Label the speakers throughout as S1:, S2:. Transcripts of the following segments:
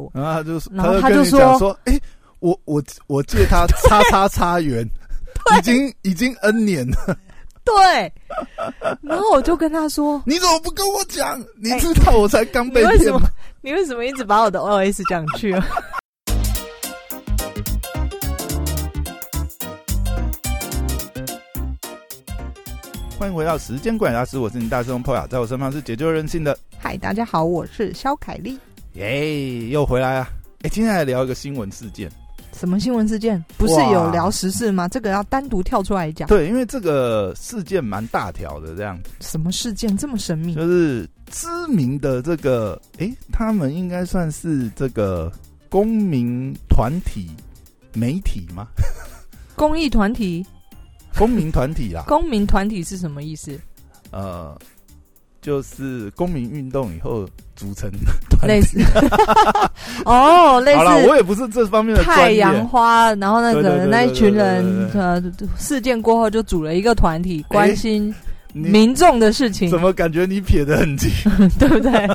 S1: 我，
S2: 然后他就
S1: 然后他
S2: 就跟
S1: 就
S2: 你讲
S1: 说
S2: 说，哎、我我我借他叉叉叉 元，已经已经 N 年了，
S1: 对，然后我就跟他 说，
S2: 你怎么不跟我讲？你知道我才刚被
S1: 哎你为
S2: 骗
S1: 什
S2: 吗
S1: 么？你为什么一直把我的 OS 讲去啊了？
S2: 欢迎回到时间管理大师，我是你大师兄 p o 在我身旁是解救人性的，
S1: 嗨，大家好，我是肖凯丽。
S2: 耶、又回来啊！哎、今天来聊一个新闻事件。
S1: 什么新闻事件？不是
S2: 哇
S1: 有聊时事吗？这个要单独跳出来讲。
S2: 对，因为这个事件蛮大条的，这样
S1: 什么事件这么神秘？
S2: 就是知名的这个，诶、他们应该算是这个公民团体媒体吗？
S1: 公益团体、
S2: 公民团体啦，
S1: 公民团体是什么意思？
S2: 呃，就是公民运动以后组 成的团
S1: 类
S2: 体。
S1: 似哦，类
S2: 好了，
S1: 似
S2: 我也不是这方面的
S1: 太
S2: 专业。
S1: 阳花，然后那
S2: 对对
S1: 个
S2: 对对
S1: 那一群
S2: 对
S1: 人
S2: 对
S1: 呃，事件过后就组了一个团体，关心
S2: 你
S1: 民众的事情
S2: 怎，么感觉你撇得很近？
S1: 对不对？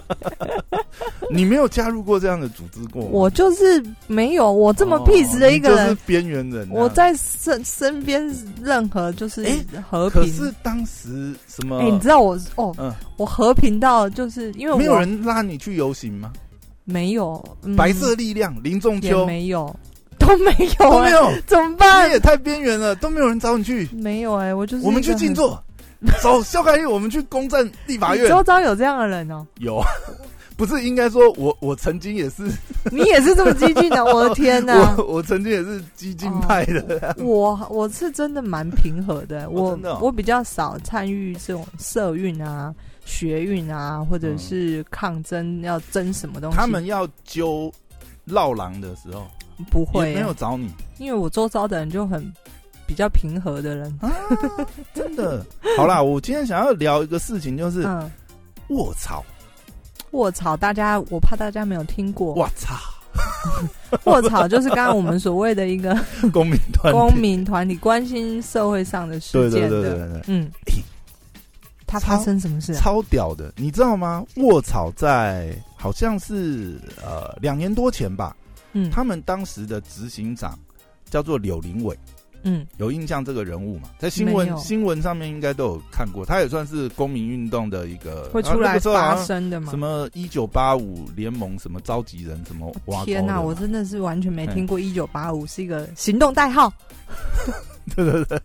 S2: 你没有加入过这样的组织过吗？
S1: 我就是没有我这么
S2: 哦
S1: peace 的一个
S2: 你就
S1: 人
S2: 是，边缘人啊。
S1: 我在身身边任何就是
S2: 哎
S1: 和
S2: 可
S1: 平
S2: 是。当时什么？
S1: 哎，你知道我哦
S2: 嗯，
S1: 我和平到就是因为我
S2: 没有人拉你去游行吗？
S1: 没有嗯
S2: 白色力量、林仲
S1: 也
S2: 秋
S1: 没有，都没有，
S2: 都 没有，
S1: 哎，怎么
S2: 你
S1: 办？
S2: 也太边缘了，都没有人找你去。
S1: 没有哎，我就是
S2: 我们去
S1: 进
S2: 静坐，走，肖凯丽，我们去攻占立法
S1: 你
S2: 院。
S1: 周遭有这样的人哦，
S2: 有， 不是应该说我我曾经也是，
S1: 你也是这么激进的，我的天哪！
S2: 我我曾经也是激进派的。
S1: 哦我我是真的蛮平和的，
S2: 哦
S1: 我
S2: 真的哦
S1: 我比较少参与这种社运啊、学运啊，或者是抗争要争什么东西，
S2: 嗯 他们要揪绕狼的时候，
S1: 不
S2: 也
S1: 会
S2: 没有
S1: 啊，
S2: 找你
S1: 因为我周遭的人就很比较平和的人，
S2: 啊，真的。好啦，我今天想要聊一个事情，就是
S1: 嗯，
S2: 卧槽，
S1: 卧槽，大家我怕大家没有听过，
S2: 我操，
S1: 卧槽就是刚刚我们所谓的一个
S2: 公 民 团体，
S1: 公民团体关心社会上的事
S2: 对对
S1: 件
S2: 对对
S1: 的，
S2: 对对。
S1: 嗯，他发生什么事啊？
S2: 超屌的，你知道吗？卧草在好像是呃两年多前吧，
S1: 嗯
S2: 他们当时的执行长叫做柳林伟，
S1: 嗯
S2: 有印象这个人物嘛？在新
S1: 没
S2: 闻
S1: 有
S2: 新闻上面应该都有看过，他也算是公民运动的一个
S1: 会出来发。
S2: 啊那个时候好像
S1: 生的嘛
S2: 什？么一九八五联盟什么召集人什么挖沟的嘛？啊哎
S1: 天
S2: 哪、
S1: 我真的是完全没听过。一九八五是一个行动代号，
S2: 对对 对，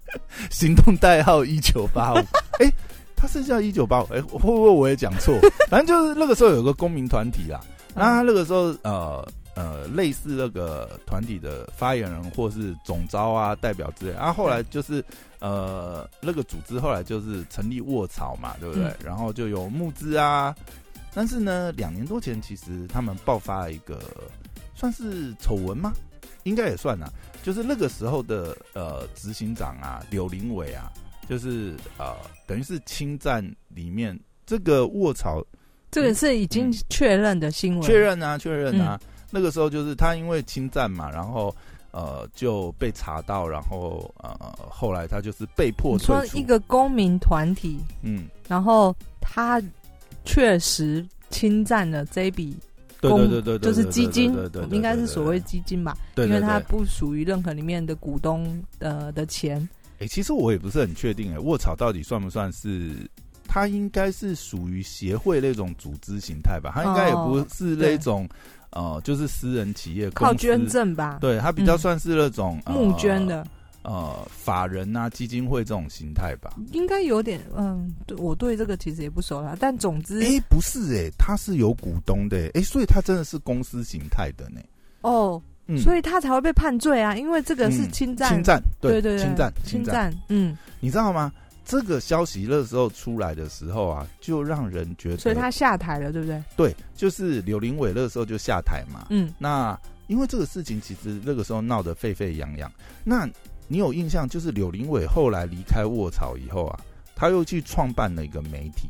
S2: 行动代号一九八五。哎，他是叫一九八五？哎，会不会我也讲错？反正就是那个时候有个公民团体啊啦，
S1: 嗯
S2: 那
S1: 啊
S2: 他那个时候呃呃，类似那个团体的发言人或是总招啊、代表之类。啊，后来就是呃，那个组织后来就是成立卧草嘛，对不对？
S1: 嗯
S2: 然后就有募资啊，但是呢，两年多前其实他们爆发了一个算是丑闻吗？应该也算啊，就是那个时候的呃执行长啊，柳林伟啊，就是呃等于是侵占里面这个卧草
S1: 这个是已经确认的新闻。
S2: 确认啊，确认啊。那个时候就是他因为侵占嘛，然后呃就被查到，然后呃后来他就是被迫
S1: 你
S2: 退
S1: 说
S2: 出。
S1: 一个公民团体，
S2: 嗯，
S1: 然后他确实侵占了这一笔
S2: 对
S1: 公，
S2: 对对对对，对
S1: 就是基金
S2: 对对对对，对
S1: 应该是所谓基金吧，
S2: 对，
S1: 因为它
S2: 哎
S1: 不属于任何里面的股东呃的钱。，
S2: 诶其实我也不是很确定哎，卧草到底算不算是？它应该是属于协会那种组织形态吧，它应该也不
S1: 哦
S2: 是
S1: 对
S2: 那种呃，就是私人企业
S1: 靠
S2: 公司
S1: 捐，赠吧，
S2: 对，它比较
S1: 嗯
S2: 算是那种呃
S1: 募捐的，
S2: 呃法人啊、基金会这种形态吧。
S1: 应该有点嗯，对我对这个其实也不熟啦，但总之
S2: 哎、不是哎、它是有股东的哎、诶所以它真的是公司形态的呢、
S1: 哦，
S2: 嗯，
S1: 所
S2: 以
S1: 以他才会被判罪啊，因为这个是
S2: 嗯
S1: 侵占，
S2: 侵占，
S1: 对对
S2: 对，
S1: 对，
S2: 侵占，
S1: 侵
S2: 占，
S1: 占，嗯，
S2: 你知道吗？这个消息那时候出来的时候啊，就让人觉得，
S1: 所以他下台了，对不对？
S2: 对，就是柳林伟那时候就下台嘛。
S1: 嗯，
S2: 那因为这个事情其实那个时候闹得沸沸扬扬，那你有印象就是柳林伟后来离开卧槽以后啊，他又去创办了一个媒体，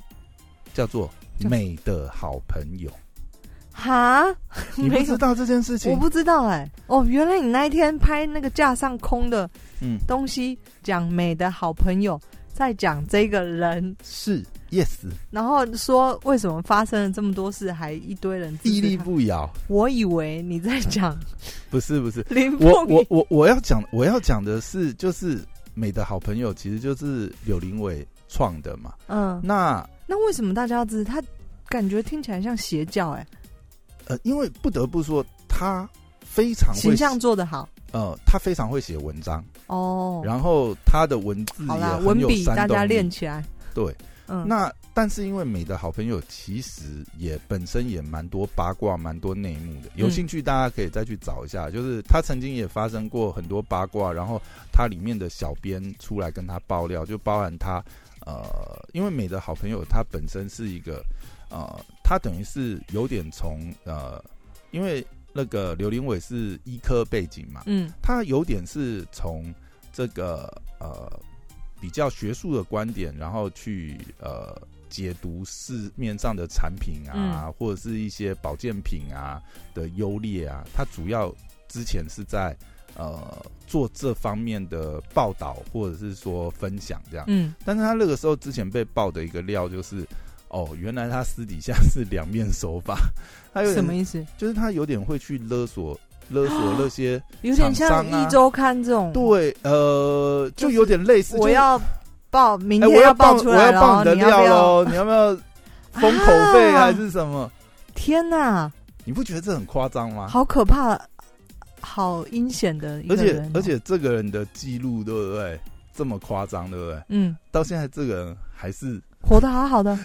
S2: 叫做
S1: 叫
S2: 《美的好朋 友》，
S1: 哈，
S2: 你不
S1: 没
S2: 知
S1: 有。
S2: 道这件事情？
S1: 我不知道哎、哦，原来你那一天拍那个架上空的
S2: 嗯，
S1: 东西，讲美的好朋友，在讲这个人，
S2: 是，yes，
S1: 然后说为什么发生了这么多事，还一堆人支持
S2: 屹立
S1: 他？
S2: 不摇，
S1: 我以为你在讲
S2: 不是不是，
S1: 林凤
S2: 我我
S1: 营
S2: 我我要讲我要讲的是，就是美的好朋友其实就是柳林伟创的嘛。
S1: 嗯，
S2: 那
S1: 那为什么大家要支持他？感觉听起来像邪教哎、
S2: 呃，因为不得不说，他非常会
S1: 形象做得好
S2: 呃，他非常会写文章，
S1: 哦。
S2: 然后他的文字也
S1: 好啦，
S2: 很
S1: 文
S2: 有
S1: 笔
S2: 煽
S1: 大家
S2: 动力
S1: 练起来。
S2: 对。
S1: 嗯，
S2: 那但是因为美的好朋友其实也本身也蛮多八卦、蛮多内幕的，有
S1: 嗯
S2: 兴趣大家可以再去找一下。就是他曾经也发生过很多八卦，然后他里面的小编出来跟他爆料，就包含他呃，因为美的好朋友他本身是一个呃，他等于是有点从呃，因为那个刘林伟是医科背景嘛，
S1: 嗯
S2: 他有点是从这个呃比较学术的观点，然后去呃解读市面上的产品啊，
S1: 嗯
S2: 或者是一些保健品啊的优劣啊，他主要之前是在呃做这方面的报道或者是说分享这样。
S1: 嗯，
S2: 但是他那个时候之前被爆的一个料就是，哦，原来他私底下是两面手法，他有
S1: 什么
S2: 点
S1: 意思？
S2: 就是他有点会去勒索勒 索那些。
S1: 有点
S2: 厂
S1: 像
S2: 商啊
S1: 一周刊这种。
S2: 对，呃，就有点类似。
S1: 嗯我
S2: 就是
S1: 要报，明
S2: 哎，
S1: 天
S2: 我要
S1: 报
S2: 爆
S1: 出
S2: 我
S1: 来
S2: 要
S1: 了
S2: 爆
S1: 哦，
S2: 你的
S1: 你要啊
S2: 料
S1: 不要？
S2: 喽，你要不要封口费
S1: 啊
S2: 还是啊什么？
S1: 天哪，
S2: 你不觉得这很夸张吗？
S1: 好可怕，好阴险的一
S2: 而
S1: 个人
S2: 且
S1: 哦
S2: 而，且这个人的记录，对不对？这么夸张，对不对？
S1: 嗯，
S2: 到现在这个人还是，
S1: 活得好好的，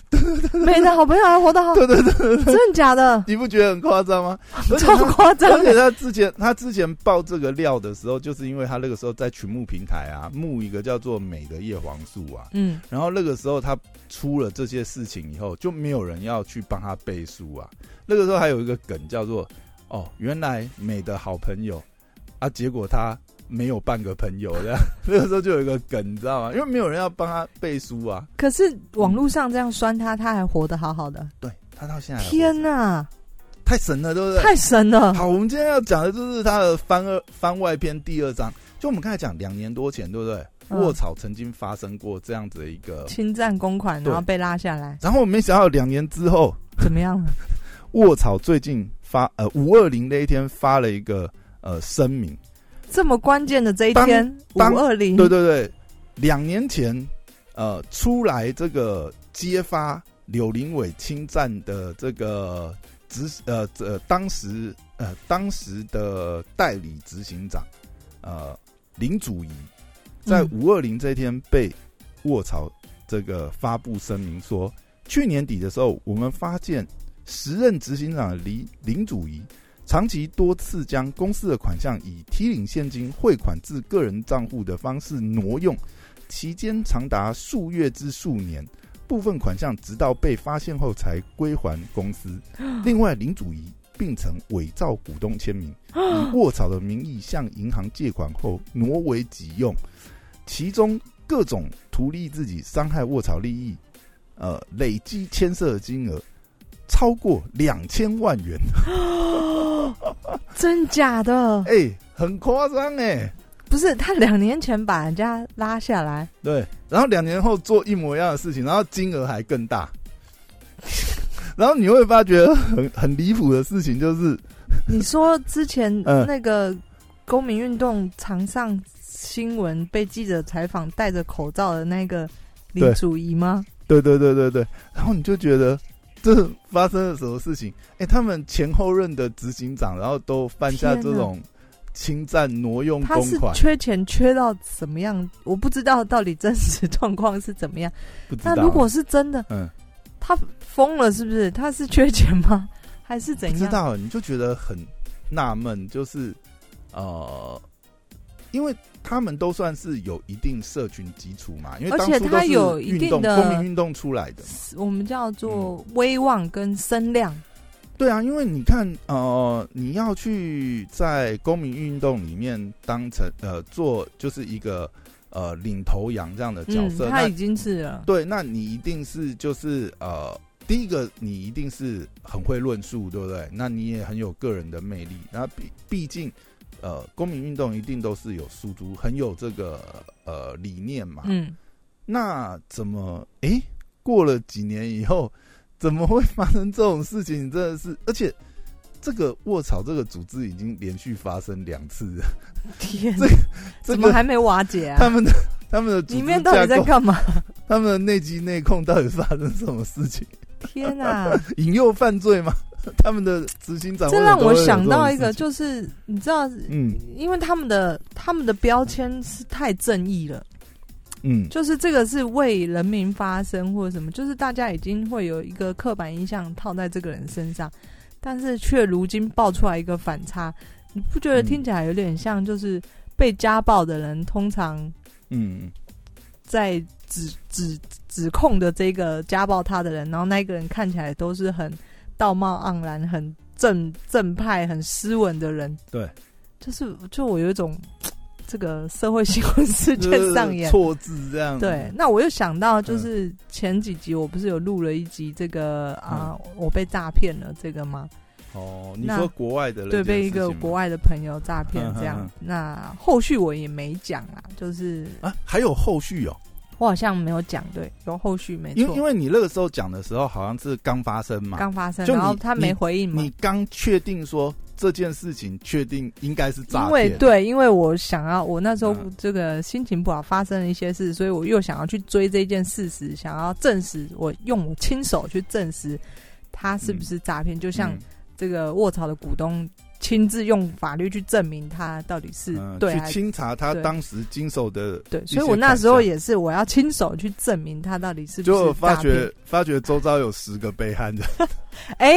S1: 美的好朋友还啊活得好，
S2: 对对对，
S1: 真的假的？
S2: 你不觉得很夸张吗？而且
S1: 超
S2: 他
S1: 夸张
S2: 而且
S1: 的，
S2: 他之前他之前爆这个料的时候，就是因为他那个时候在群募平台啊，募一个叫做“美的叶黄素”啊，
S1: 嗯，
S2: 然后那个时候他出了这些事情以后，就没有人要去帮他背书啊。那个时候还有一个梗叫做“哦，原来美的好朋友啊”，结果他没有半个朋友的。 那个时候就有一个梗，你知道吗？因为没有人要帮他背书啊。
S1: 可是网络上这样酸他，他还活得好好的，
S2: 对他到现在还活着
S1: 天哪，
S2: 太神了，对哎不对？
S1: 太神了！
S2: 好，我们今天要讲的就是他的番二番外篇第二章。就我们刚才讲，两年多前，对不对？
S1: 嗯
S2: 卧草曾经发生过这样子的一个，
S1: 侵占公款，
S2: 对
S1: 然后被拉下来，
S2: 然后我没想到两年之后，
S1: 怎么样了？
S2: 卧草最近发呃五二零那一天发了一个呃声明，
S1: 这么关键的这一天，五
S2: 当
S1: 二零，
S2: 对对对，两年前呃出来这个揭发柳林伟侵占的这个执呃呃当时呃当时的代理执行长呃林祖仪，在
S1: 嗯
S2: 五二零这一天被卧槽这个发布声明说，去年底的时候，我们发现时任执行长林林祖仪长期多次将公司的款项以提领现金汇款至个人账户的方式挪用，期间长达数月至数年。部分款项直到被发现后才归还公司。另外，林祖仪并曾伪造股东签名，以卧槽的名义向银行借款后挪为己用，其中各种图利自己、伤害卧槽利益，呃，累计牵涉的金额超过两千万元，
S1: 真假的？
S2: 哎、很夸张哎。
S1: 呃不是，他两年前把人家拉下 来，
S2: 对，然后两年后做一模一样的事情，然后金额还更大。 然后你会发觉很很离谱的事情就是，
S1: 你说之前
S2: 嗯
S1: 那个公民运动常上新闻被记者采访，戴着口罩的那个
S2: 对
S1: 林祖仪吗？
S2: 对对对对对，然后你就觉得这发生了什么事情？哎，他们前后任的执行长，然后都犯下
S1: 天
S2: 这
S1: 哪
S2: 种侵占挪用
S1: 他
S2: 嗯公
S1: 是
S2: 款，
S1: 缺钱缺到怎么样？我不知道到底真实状况是怎么样。
S2: 不知道
S1: 那
S2: 啊。
S1: 如果是真的，
S2: 嗯，
S1: 他疯了是不是？他是缺钱吗？ 还是怎
S2: 不知
S1: 样？
S2: 道，你就觉得很纳闷，就是呃，因为他们都算是有一定社群基础嘛，因为
S1: 而
S2: 当
S1: 且
S2: 初
S1: 他
S2: 都是
S1: 有一
S2: 运
S1: 定
S2: 动
S1: 的
S2: 公民运动出来的嘛。
S1: 我们叫做
S2: 嗯
S1: 威望跟声量。
S2: 对啊，因为你看，呃，你要去在公民运动里面当成呃做就是一个呃领头羊这样的角
S1: 嗯，
S2: 色，
S1: 他
S2: 那
S1: 已经是了。
S2: 对，那你一定是就是呃，第一个你一定是很会论述，对不对？那你也很有个人的魅力。那毕毕竟呃，公民运动一定都是有输出， 很有这个呃理念嘛。
S1: 嗯，
S2: 那怎么诶？过了几年以后，怎么会发生这种事情？真的是，而且这个卧槽，这个组织已经连续发生两次 了，
S1: 天，
S2: 这这
S1: 怎么
S2: 个
S1: 还没瓦解啊？
S2: 他们的他们的组
S1: 里
S2: 织
S1: 面到底
S2: 架
S1: 在
S2: 构，
S1: 干嘛？
S2: 他们的内机内控到底发生什么事情？
S1: 天啊！
S2: 引诱犯罪吗？ 他们的执行长
S1: 这
S2: 为什
S1: 让
S2: 么都
S1: 我
S2: 会有
S1: 想到
S2: 这种
S1: 一个，
S2: 事情
S1: 就是你知道，
S2: 嗯
S1: 因为他们的他们的标签是太正义了，
S2: 嗯
S1: 就是这个是为人民发声或者什么，就是大家已经会有一个刻板印象套在这个人身上，但是却如今爆出来一个反差，你不觉得
S2: 嗯
S1: 听起来有点像就是被家暴的人通常
S2: 嗯
S1: 在指指指控的这个家暴他的人，然后那个人看起来都是很道貌岸然、很正正派、很斯文的人。
S2: 对，
S1: 就是就我有一种这个社会新闻事件上演。
S2: 错字这样
S1: 对，那我又想到，就是前几集我不是有录了一集这个啊、
S2: 嗯
S1: 我被诈骗了这个吗？
S2: 哦，你
S1: 那
S2: 说国外的
S1: 对，被一个国
S2: 国
S1: 外的朋友诈骗这样。
S2: 嗯嗯
S1: 那后续我也没讲啊，就是
S2: 啊，还有后续哦，
S1: 我好像没有讲，对，有后续没错。
S2: 因为因为你那个时候讲的时候好像是刚发生嘛，
S1: 刚发生，
S2: 就
S1: 然后
S2: 你
S1: 他没回应嘛
S2: 你？刚确定说这件事情确定应该是诈
S1: 因为
S2: 骗，
S1: 对，因为我想要，我那时候
S2: 嗯
S1: 这个心情不好，发生了一些事，所以我又想要去追这件事实，想要证实，我用我亲手去证实他是不是诈骗，就
S2: 嗯，
S1: 像这个卧槽的股东亲自用法律去证明他到底是
S2: 嗯
S1: 对
S2: 去
S1: 还是
S2: 清查他
S1: 对
S2: 当时经手的，
S1: 对，
S2: 一
S1: 所以
S2: 些
S1: 我那
S2: 款
S1: 时候
S2: 项
S1: 也是，我要亲手去证明他到底是不
S2: 就是发
S1: 诈骗
S2: 觉。发觉周遭有十个被害的，
S1: 哎，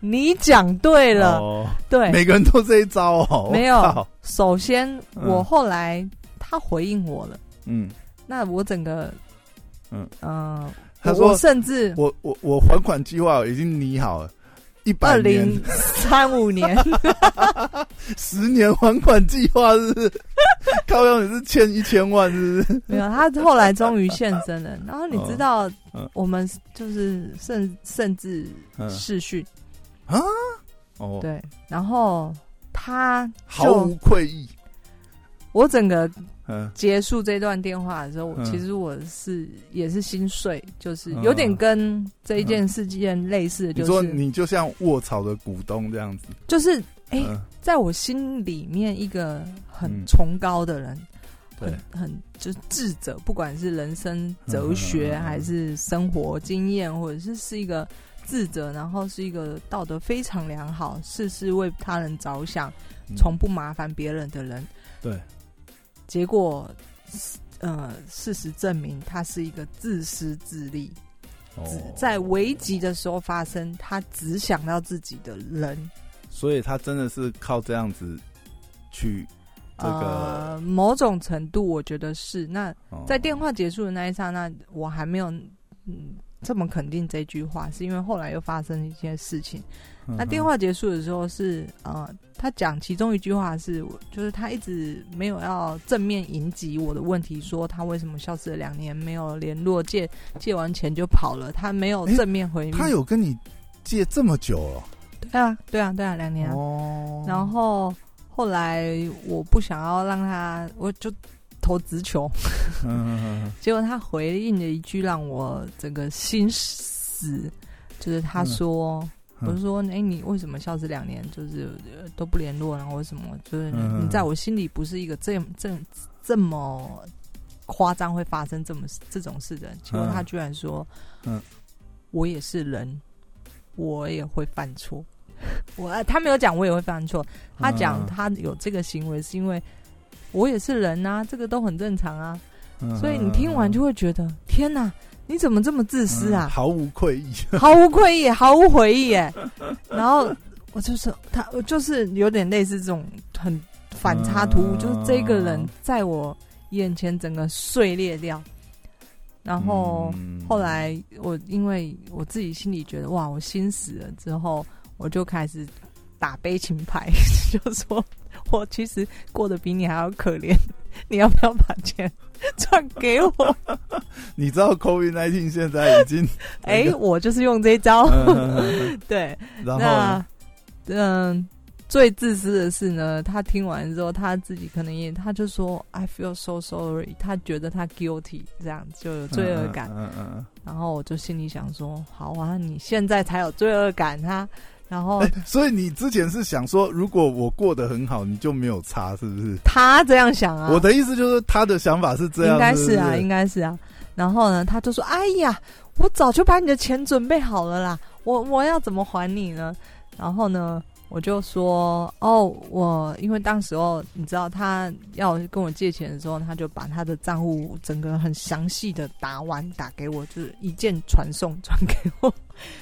S1: 你讲对了，
S2: 哦，
S1: 对，
S2: 每个人都这一招哦，
S1: 没
S2: 我
S1: 有
S2: 靠。
S1: 首先，
S2: 嗯
S1: 我后来他回应我了，
S2: 嗯，
S1: 那我整个，
S2: 嗯
S1: 呃
S2: 他
S1: 我我
S2: 说
S1: 甚至
S2: 我我我还款计划已经拟好了，一
S1: 二
S2: 百年
S1: 零三五 年，
S2: 十年还款计划 是不是？靠要你是欠一千万是不是？
S1: 没有他后来终于现身了。然后你知道
S2: 嗯，
S1: 我们就是甚甚至视讯
S2: 嗯哦，
S1: 对，然后他
S2: 毫无愧意。
S1: 我整个
S2: 嗯
S1: 结束这段电话的时候，我
S2: 嗯
S1: 其实我是也是心碎，就是
S2: 嗯
S1: 有点跟这一件事件类似，
S2: 你
S1: 就
S2: 说
S1: 是
S2: 你就像卧槽的股东这样子，
S1: 就是哎
S2: 嗯，
S1: 在我心里面一个很
S2: 嗯
S1: 崇高的人，
S2: 对
S1: 很很就是智者，不管是人生哲学、
S2: 嗯嗯嗯嗯
S1: 还是生活经验，或者是是一个智者，然后是一个道德非常良好，事事为他人着想，
S2: 嗯
S1: 从不麻烦别人的人。
S2: 对，
S1: 结果。呃，事实证明他是一个自私自利，只
S2: 哦
S1: 在危急的时候发生，他只想到自己的人。
S2: 所以他真的是靠这样子去这个
S1: 呃，某种程度我觉得是。那
S2: 哦
S1: 在电话结束的那一刹那，我还没有嗯这么肯定这句话，是因为后来又发生一些事情。
S2: 嗯
S1: 那电话结束的时候是呃，他讲其中一句话是，我就是他一直没有要正面迎击我的问题，说他为什么消失了两年没有联络，借借完钱就跑了，他没有
S2: 诶
S1: 正面回应。
S2: 他有跟你借这么久了
S1: 对啊，对啊，对啊，两年啊。
S2: 哦，
S1: 然后后来我不想要让他，我就投直球，
S2: 嗯嗯嗯
S1: 结果他回应了一句让我整个心死，就是他说。
S2: 嗯
S1: 我说：“哎、你为什么消失两年，就是、呃都不联络，然后为什么？就是你,、
S2: 嗯嗯嗯
S1: 在我心里不是一个这这这么夸张会发生这么这种事的人。”结果他居然说：“
S2: 嗯
S1: 我也是人，我也会犯错。 我”呃他没有讲我也会犯错，他讲
S2: 嗯
S1: 他有这个行为是因为我也是人啊，这个都很正常啊。
S2: 嗯
S1: 所以你听完就会觉得，天哪，你怎么这么自私
S2: 嗯
S1: 啊？
S2: 毫无愧意。
S1: 毫无愧意，毫无悔意，哎。然后我就是他，我就是有点类似这种很反差突兀，
S2: 嗯
S1: 就是这个人在我眼前整个碎裂掉。然后
S2: 嗯
S1: 后来我因为我自己心里觉得哇，我心死了之后，我就开始打悲情牌， 就说我其实过得比你还要可怜，你要不要把钱 转给我？
S2: 你知道 COVID 1 9现在已经
S1: 哎、我就是用这一招，
S2: 嗯嗯嗯嗯
S1: 对。
S2: 然后呢
S1: 那嗯、最自私的是呢，他听完之后，他自己可能也，他就说 I feel so sorry，他觉得他 guilty，这样就有罪恶感。
S2: 嗯嗯嗯
S1: 然后我就心里想说，好啊，你现在才有罪恶感哈。然后
S2: 嗯。哎，所以你之前是想说，如果我过得很好，你就没有差，是不是？
S1: 他这样想啊，
S2: 我的意思就是，他的想法是这样，
S1: 应该是啊，
S2: 不
S1: 应该是啊。然后呢，他就说：“哎呀，我早就把你的钱准备好了啦，我我要怎么还你呢？”然后呢，我就说：“哦，我因为当时候你知道他要跟我借钱的时候，他就把他的账户整个很详细的打完打给我，就是一键传送传给我。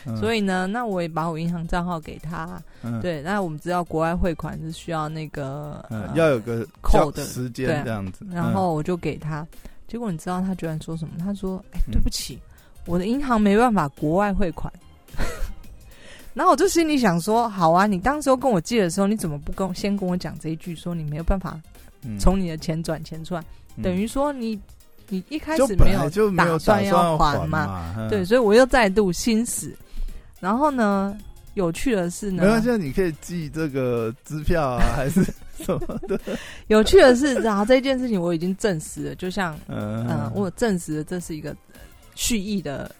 S2: 嗯
S1: 所以呢，那我也把我银行账号给他。
S2: 嗯，
S1: 对，那我们知道国外汇款是需要那个、
S2: 嗯，
S1: 呃
S2: 要有个
S1: 扣的
S2: 时间
S1: 对
S2: 这样子。
S1: 然后我就给他，结果你知道他居然说什么？他说：“哎、
S2: 嗯
S1: 对不起，我的银行没办法国外汇款。”然后我就心里想说：“好啊，你当时候跟我借的时候，你怎么不跟我先跟我讲这一句，说你没有办法
S2: 嗯
S1: 从你的钱转钱出来，
S2: 嗯
S1: 等于说你你一开
S2: 就
S1: 始
S2: 本
S1: 没
S2: 来
S1: 有
S2: 就没有
S1: 打算
S2: 打
S1: 要
S2: 要
S1: 还嘛
S2: 嘛，嗯
S1: 对，所以我又再度心死。然后呢，有趣的是
S2: 嗯没关
S1: 呢
S2: 系，，啊你可以寄这个支票啊，还 是什么的。
S1: 有趣的是，然后这件事情我已经证实了，就像
S2: 嗯
S1: 嗯，我有证实了这是一个呃蓄意的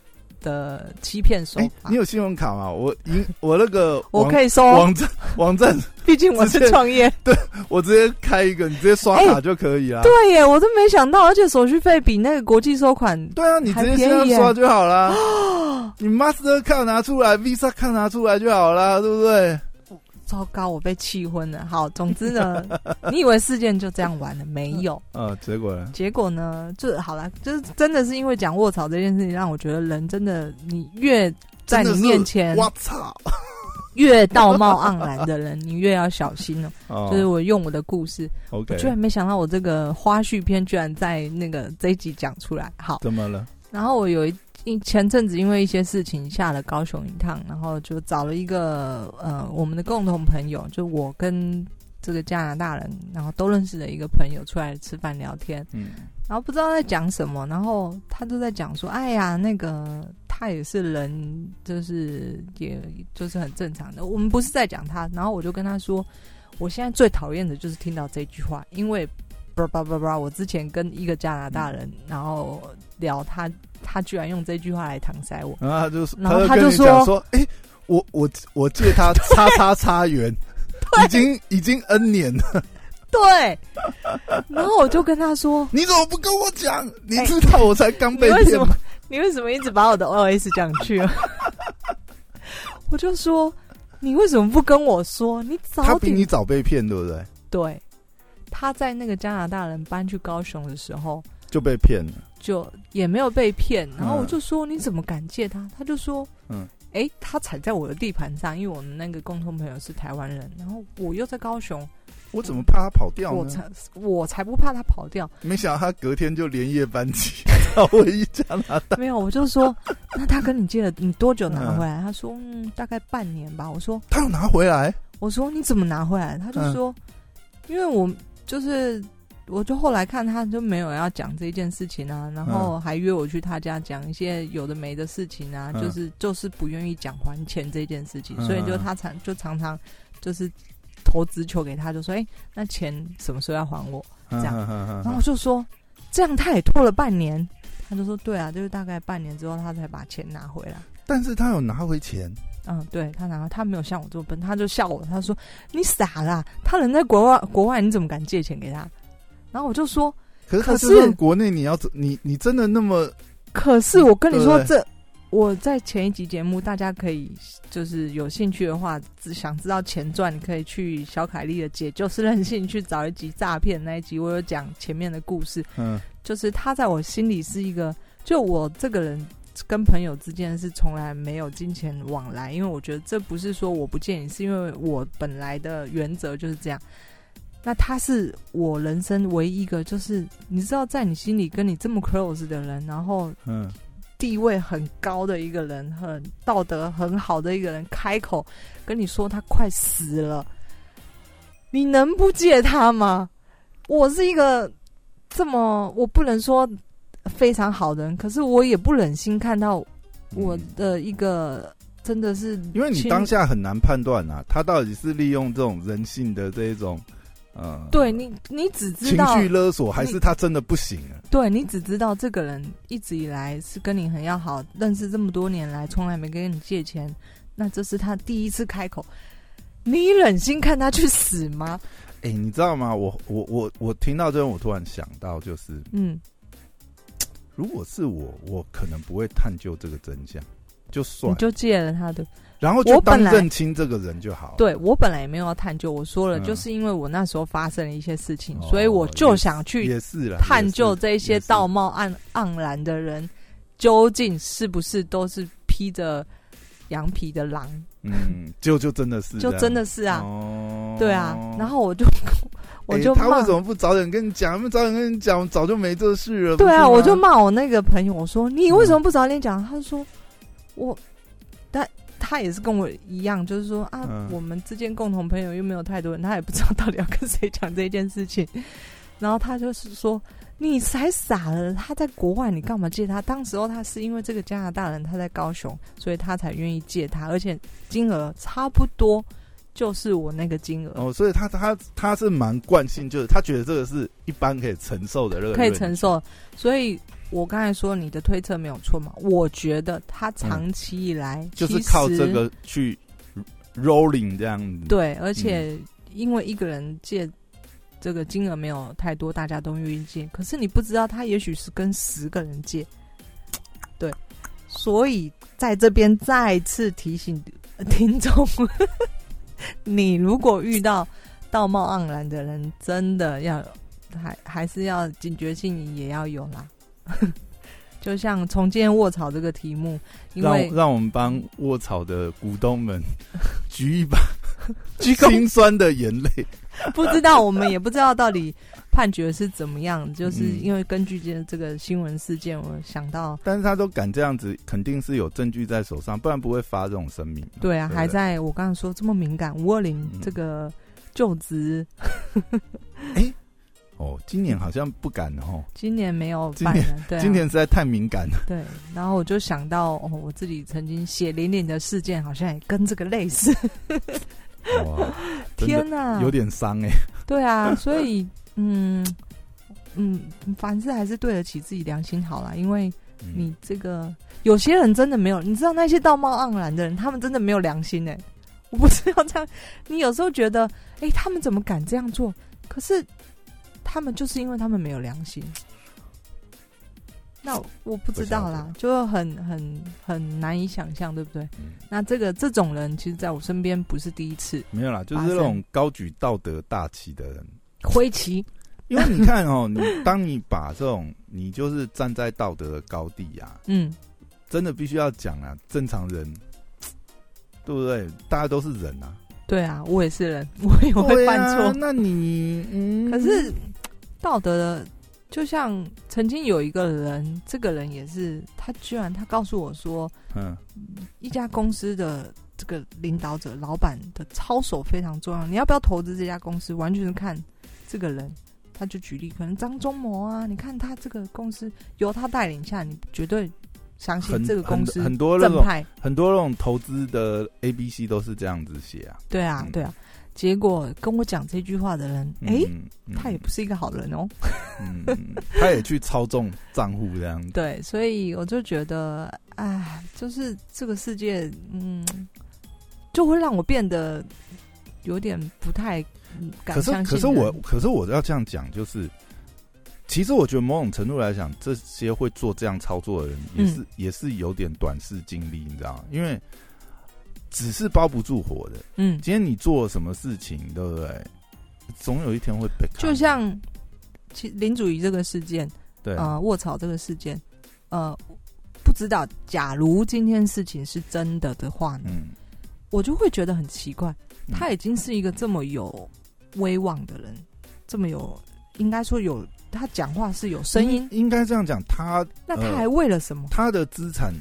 S1: 的欺骗手
S2: 哎，
S1: 法。
S2: 你有信用卡吗？我银我那个
S1: 啊 我
S2: 网
S1: 可以收，
S2: 网站网站，
S1: 毕竟我是创业。
S2: 我直接开一个，你直接刷卡就可以啊。
S1: 哎对耶，我真没想到，而且手续费比那个国际收款，
S2: 对啊，你直接
S1: 还
S2: 现
S1: 便宜
S2: 在
S1: 耶
S2: 刷就好啦。 你 Master 卡拿出来，Visa 卡拿出来就好啦，对不对？
S1: 糟糕，我被气昏了。好，总之 呢，你以为事件就这样完了？没有，
S2: 呃，结 果呢？
S1: 结果呢，就好了，就是真的是因为讲卧槽这件事情，让我觉得人真的，你越在你
S2: 真的是
S1: 面前
S2: 我操！
S1: 越道貌岸然的人，你越要小心了。
S2: 哦
S1: 就是我用我的故事，我
S2: OK，
S1: 居然没想到我这个花絮片居然在那个这一集讲出来。好，
S2: 怎么了？
S1: 然后我有一一前阵子因为一些事情下了高雄一趟，然后就找了一个呃我们的共同朋友，就我跟这个加拿大人，然后都认识的一个朋友出来吃饭聊天，
S2: 嗯，
S1: 然后不知道在讲什么，然后他就在讲说，哎呀，那个他也是人，就是也就是很正常的。我们不是在讲他，然后我就跟他说，我现在最讨厌的就是听到这句话，因为叭叭叭叭，我之前跟一个加拿大人，然后聊他，他居然用这句话来搪塞我。
S2: 然后他嗯啊就是，
S1: 然后
S2: 就
S1: 他
S2: 跟
S1: 就
S2: 你讲
S1: 说
S2: 说，哎、我我我借 他叉叉叉元，已经已经 N 年了，
S1: 对，然后我就跟他说，
S2: 你怎么不跟我讲？你
S1: 哎
S2: 知道我才刚
S1: 你
S2: 被
S1: 为什
S2: 骗
S1: 么
S2: 吗？
S1: 你为什么一直把我的 OS 讲去啊？ 我就说你为什么不跟我说？你
S2: 他
S1: 早
S2: 比
S1: 点
S2: 你早被骗，对不对？
S1: 对。他在那个加拿大人搬去高雄的时候，
S2: 就被骗了。
S1: 就也没有被骗。然后
S2: 嗯
S1: 我就说你怎么敢借他？他就说
S2: 嗯
S1: 嗯。诶，他踩在我的地盘上，因为我们那个共同朋友是台湾人，然后我又在高雄，
S2: 我怎么怕他跑掉
S1: 我
S2: 呢？
S1: 才我才不怕他跑掉。
S2: 没想到他隔天就连夜搬起到我一家拿 大。
S1: 没有，我就说，那他跟你借了，你多久拿回来？他说，嗯，大概半年吧。我说，
S2: 他要拿回来，
S1: 我说你怎么拿回来？他就
S2: 嗯
S1: 说，因为我就是，我就后来看他就没有要讲这件事情啊，
S2: 嗯
S1: 然后还约我去他家讲一些有的没的事情啊，
S2: 嗯
S1: 就是就是不愿意讲还钱这件事情，
S2: 嗯
S1: 所以就他常就常常就是投直球给他，就说，哎、那钱什么时候要还我？
S2: 这
S1: 这样
S2: 样
S1: 然后我就说，这样他也拖了半年。他就说，对啊，就是大概半年之后他才把钱拿回来。
S2: 但是他有拿回钱，
S1: 嗯，对他拿，他没有像我这么笨，他就笑我，他说你傻啦，他人在国外，国外你怎么敢借钱给他？然后我就说，
S2: 可是他
S1: 可
S2: 就是算国内你要怎你你真的那么
S1: 可是我跟你说
S2: 对
S1: 这。我在前一集节目，大家可以就是有兴趣的话，只想知道钱赚，你可以去小凯丽的《姐就是任性》去找一集诈骗那一集，我有讲前面的故事，
S2: 嗯
S1: 就是他在我心里是一个，就我这个人跟朋友之间是从来没有金钱往来，因为我觉得这不是说我不介意，是因为我本来的原则就是这样。那他是我人生唯一一个，就是你知道，在你心里跟你这么 close 的人，然后
S2: 嗯
S1: 地位很高的一个人，很道德很好的一个人，开口跟你说他快死了，你能不借他吗？我是一个这么，我不能说非常好的人，可是我也不忍心看到我的一个真的是亲，
S2: 因为你当下很难判断啊，他到底是利用这种人性的这一种，呃，
S1: 对你，你只知
S2: 情
S1: 道
S2: 绪勒索，还是他真的不行啊？
S1: 对你只知道这个人一直以来是跟你很要好，认识这么多年来从来没跟你借钱，那这是他第一次开口，你忍心看他去死 吗？
S2: 哎、你知道吗？我我我我听到这边，我突然想到，就是
S1: 嗯，
S2: 如果是我，我可能不会探究这个真相，就算
S1: 你，就借了他的。
S2: 然后就
S1: 我
S2: 当
S1: 本来
S2: 认清这个人就好了。
S1: 对我本来也没有要探究，我说了，
S2: 嗯
S1: 就是因为我那时候发生了一些事情，
S2: 哦
S1: 所以我就想去
S2: 也是了，
S1: 探究
S2: 也是
S1: 这些道貌岸盎然的人究竟是不是都是披着羊皮的狼，
S2: 嗯，就就真的是
S1: 就
S2: 这样
S1: 真的是啊，
S2: 哦
S1: 对啊。然后我就 我
S2: 欸
S1: 就
S2: 他
S1: 骂
S2: 为什么不早点跟你讲？他们早点跟你讲，我早就没这事了。
S1: 对啊，
S2: 不
S1: 我
S2: 是
S1: 就
S2: 吗嗯
S1: 骂我那个朋友，我说你为什么不早点讲？他就说我，但他也是跟我一样，就是说啊，
S2: 嗯
S1: 我们之间共同朋友又没有太多人，他也不知道到底要跟谁讲这件事情。 然后他就是说你才傻了，他在国外，你干嘛借他？当时候他是因为这个加拿大人他在高雄，所以他才愿意借他，而且金额差不多就是我那个金额。
S2: 哦，所以他他他是蛮惯性，就是他觉得这个是一般可以承受的，这个
S1: 可以承。受。所以我刚才说你的推测没有错嘛？我觉得他长期以来、
S2: 嗯就是
S1: 其实
S2: 靠这个去 rolling 这样子。，
S1: 对，而且因为一个人借这个金额没有太多，大家都愿意借。可是你不知道，他也许是跟十个人借，对，所以在这边再次提醒呃听众， 你如果遇到道貌岸然的人，真的要还还是要警觉性也要有啦。 就像重建卧槽这个题目，因为
S2: 让让我们帮卧槽的股东们 举一把
S1: 鞠躬
S2: 心酸的眼泪。
S1: 不知道，我们也不知道到底判决是怎么 样。就是
S2: 嗯
S1: 因为根据这这个新闻事件，我想到，
S2: 但是他都敢这样子，肯定是有证据在手上，不然不会发这种声明。
S1: 对啊，
S2: 对
S1: 还在我刚才说这么敏感，五二零
S2: 嗯
S1: 这个就职
S2: 哦，今年好像不敢哦，
S1: 今年没有办
S2: 今
S1: 了，对、啊，
S2: 今年实在太敏感了。
S1: 对。然后我就想到，哦，我自己曾经血淋淋的事件，好像也跟这个类似。
S2: 哇， 真的
S1: 天哪、
S2: 有点伤哎、
S1: 对啊，所以嗯嗯，凡事还是对得起自己良心好啦，因为。
S2: 嗯
S1: 你这个有些人真的没有，你知道那些道貌岸然的人，他们真的没有良心哎、我不知道这样，你有时候觉得，哎、他们怎么敢这样做？可是他们就是因为他们没有良心。那我不知道啦，就很很很难以想象，对不对？
S2: 嗯
S1: 那这个这种人，其实在我身边不是第一次，
S2: 没有啦，就是
S1: 发生
S2: 那种高举道德大旗的人。
S1: 灰旗，
S2: 因为你看哦，你当你把这种，你就是站在道德的高地啊，
S1: 嗯，
S2: 真的必须要讲啊，正常人，对不对？大家都是人啊，
S1: 对啊，我也是人，我也会
S2: 对
S1: 犯错、
S2: 啊。那你，嗯，
S1: 可是道德的，就像曾经有一个人，这个人也是，他居然他告诉我说，
S2: 嗯，
S1: 一家公司的这个领导者、老板的操守非常重要。你要不要投资这家公司，完全是看这个人。他就举例，可能张忠谋啊，你看他这个公司由他带领下，你绝对相信
S2: 很
S1: 这个公司
S2: 很很多那
S1: 正
S2: 种
S1: 派。
S2: 很多那种投资的 A、B、C 都是这样子写啊。
S1: 对啊
S2: 嗯，
S1: 对啊。结果跟我讲这句话的人，
S2: 嗯
S1: 哎、
S2: 嗯
S1: 他也不是一个好人哦、
S2: 嗯，嗯他也去操纵账户这样子。
S1: 对，所以我就觉得，哎，就是这个世界，嗯，就会让我变得有点不太嗯敢
S2: 可是
S1: 相信人。
S2: 可是我可是我要这样讲，就是其实我觉得某种程度来讲，这些会做这样操作的人，也
S1: 嗯
S2: 是、也是有点短视经历，你知道吗？因为纸是包不住火的。
S1: 嗯，
S2: 今天你做了什么事情，对不对？总有一天会被看
S1: 就像其林主仪这个事件，
S2: 对、
S1: 呃，卧槽这个事件，呃，不知道，假如今天事情是真的的话呢，
S2: 嗯，
S1: 我就会觉得很奇怪，
S2: 嗯
S1: 他已经是一个这么有威望的人，这么有，应该说有，他讲话是有声音，
S2: 应应该这样讲，他
S1: 那他
S2: 嗯呃
S1: 还为了什么？
S2: 他的资产，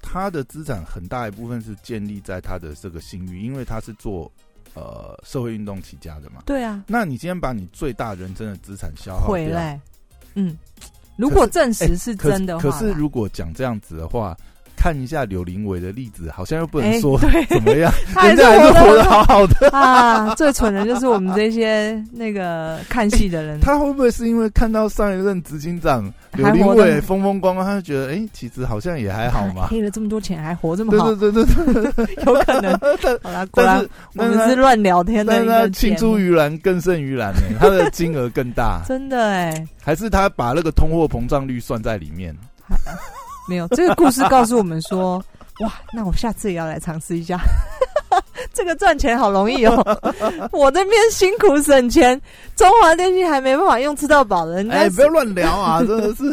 S2: 他的资产很大一部分是建立在他的这个信誉，因为他是做呃社会运动起家的嘛。
S1: 对啊，
S2: 那你今天把你最大人生的资产消耗
S1: 毁
S2: 掉，
S1: 了欸、嗯，如果证实是
S2: 可是
S1: 真的话
S2: 可
S1: 啦，
S2: 是如果讲这样子的话，看一下柳林伟的例子，好像又不能
S1: 哎
S2: 说
S1: 对，
S2: 怎么样，
S1: 他还
S2: 人
S1: 是
S2: 家还是活
S1: 活
S2: 得好好的。
S1: 啊！最蠢的就是我们这些那个看戏的人，
S2: 他会不会是因为看到上一任执行长柳
S1: 还
S2: 林
S1: 活得
S2: 伟风风光光，他就觉得哎、其实好像也还好嘛。
S1: 哎黑了这么多钱还活这么
S2: 对
S1: 好，
S2: 对对对对，
S1: 有可能。好啦，果
S2: 但
S1: 然
S2: 是
S1: 我
S2: 但
S1: 们是
S2: 是
S1: 乱聊天
S2: 他
S1: 的
S2: 但
S1: 一
S2: 是他
S1: 个
S2: 青
S1: 节
S2: 出
S1: 目，，
S2: 于蓝更胜于蓝呢、他的金额更大
S1: 真的哎，
S2: 还是他把那个通货膨胀率算在 里面？
S1: 没有这个故事告诉我们说， 哇，那我下次也要来尝试一下。 这个赚钱好容易 哦，我这边辛苦省钱，中华电信还没办法用吃到饱的，人
S2: 哎、
S1: 家
S2: 不要乱聊啊！真的是，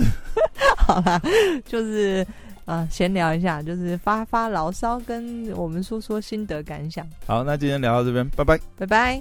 S1: 好啦，就是呃，闲聊一下，就是发发牢骚，跟我们说说心得感想。
S2: 好，那今天聊到这边，拜拜。
S1: 拜拜。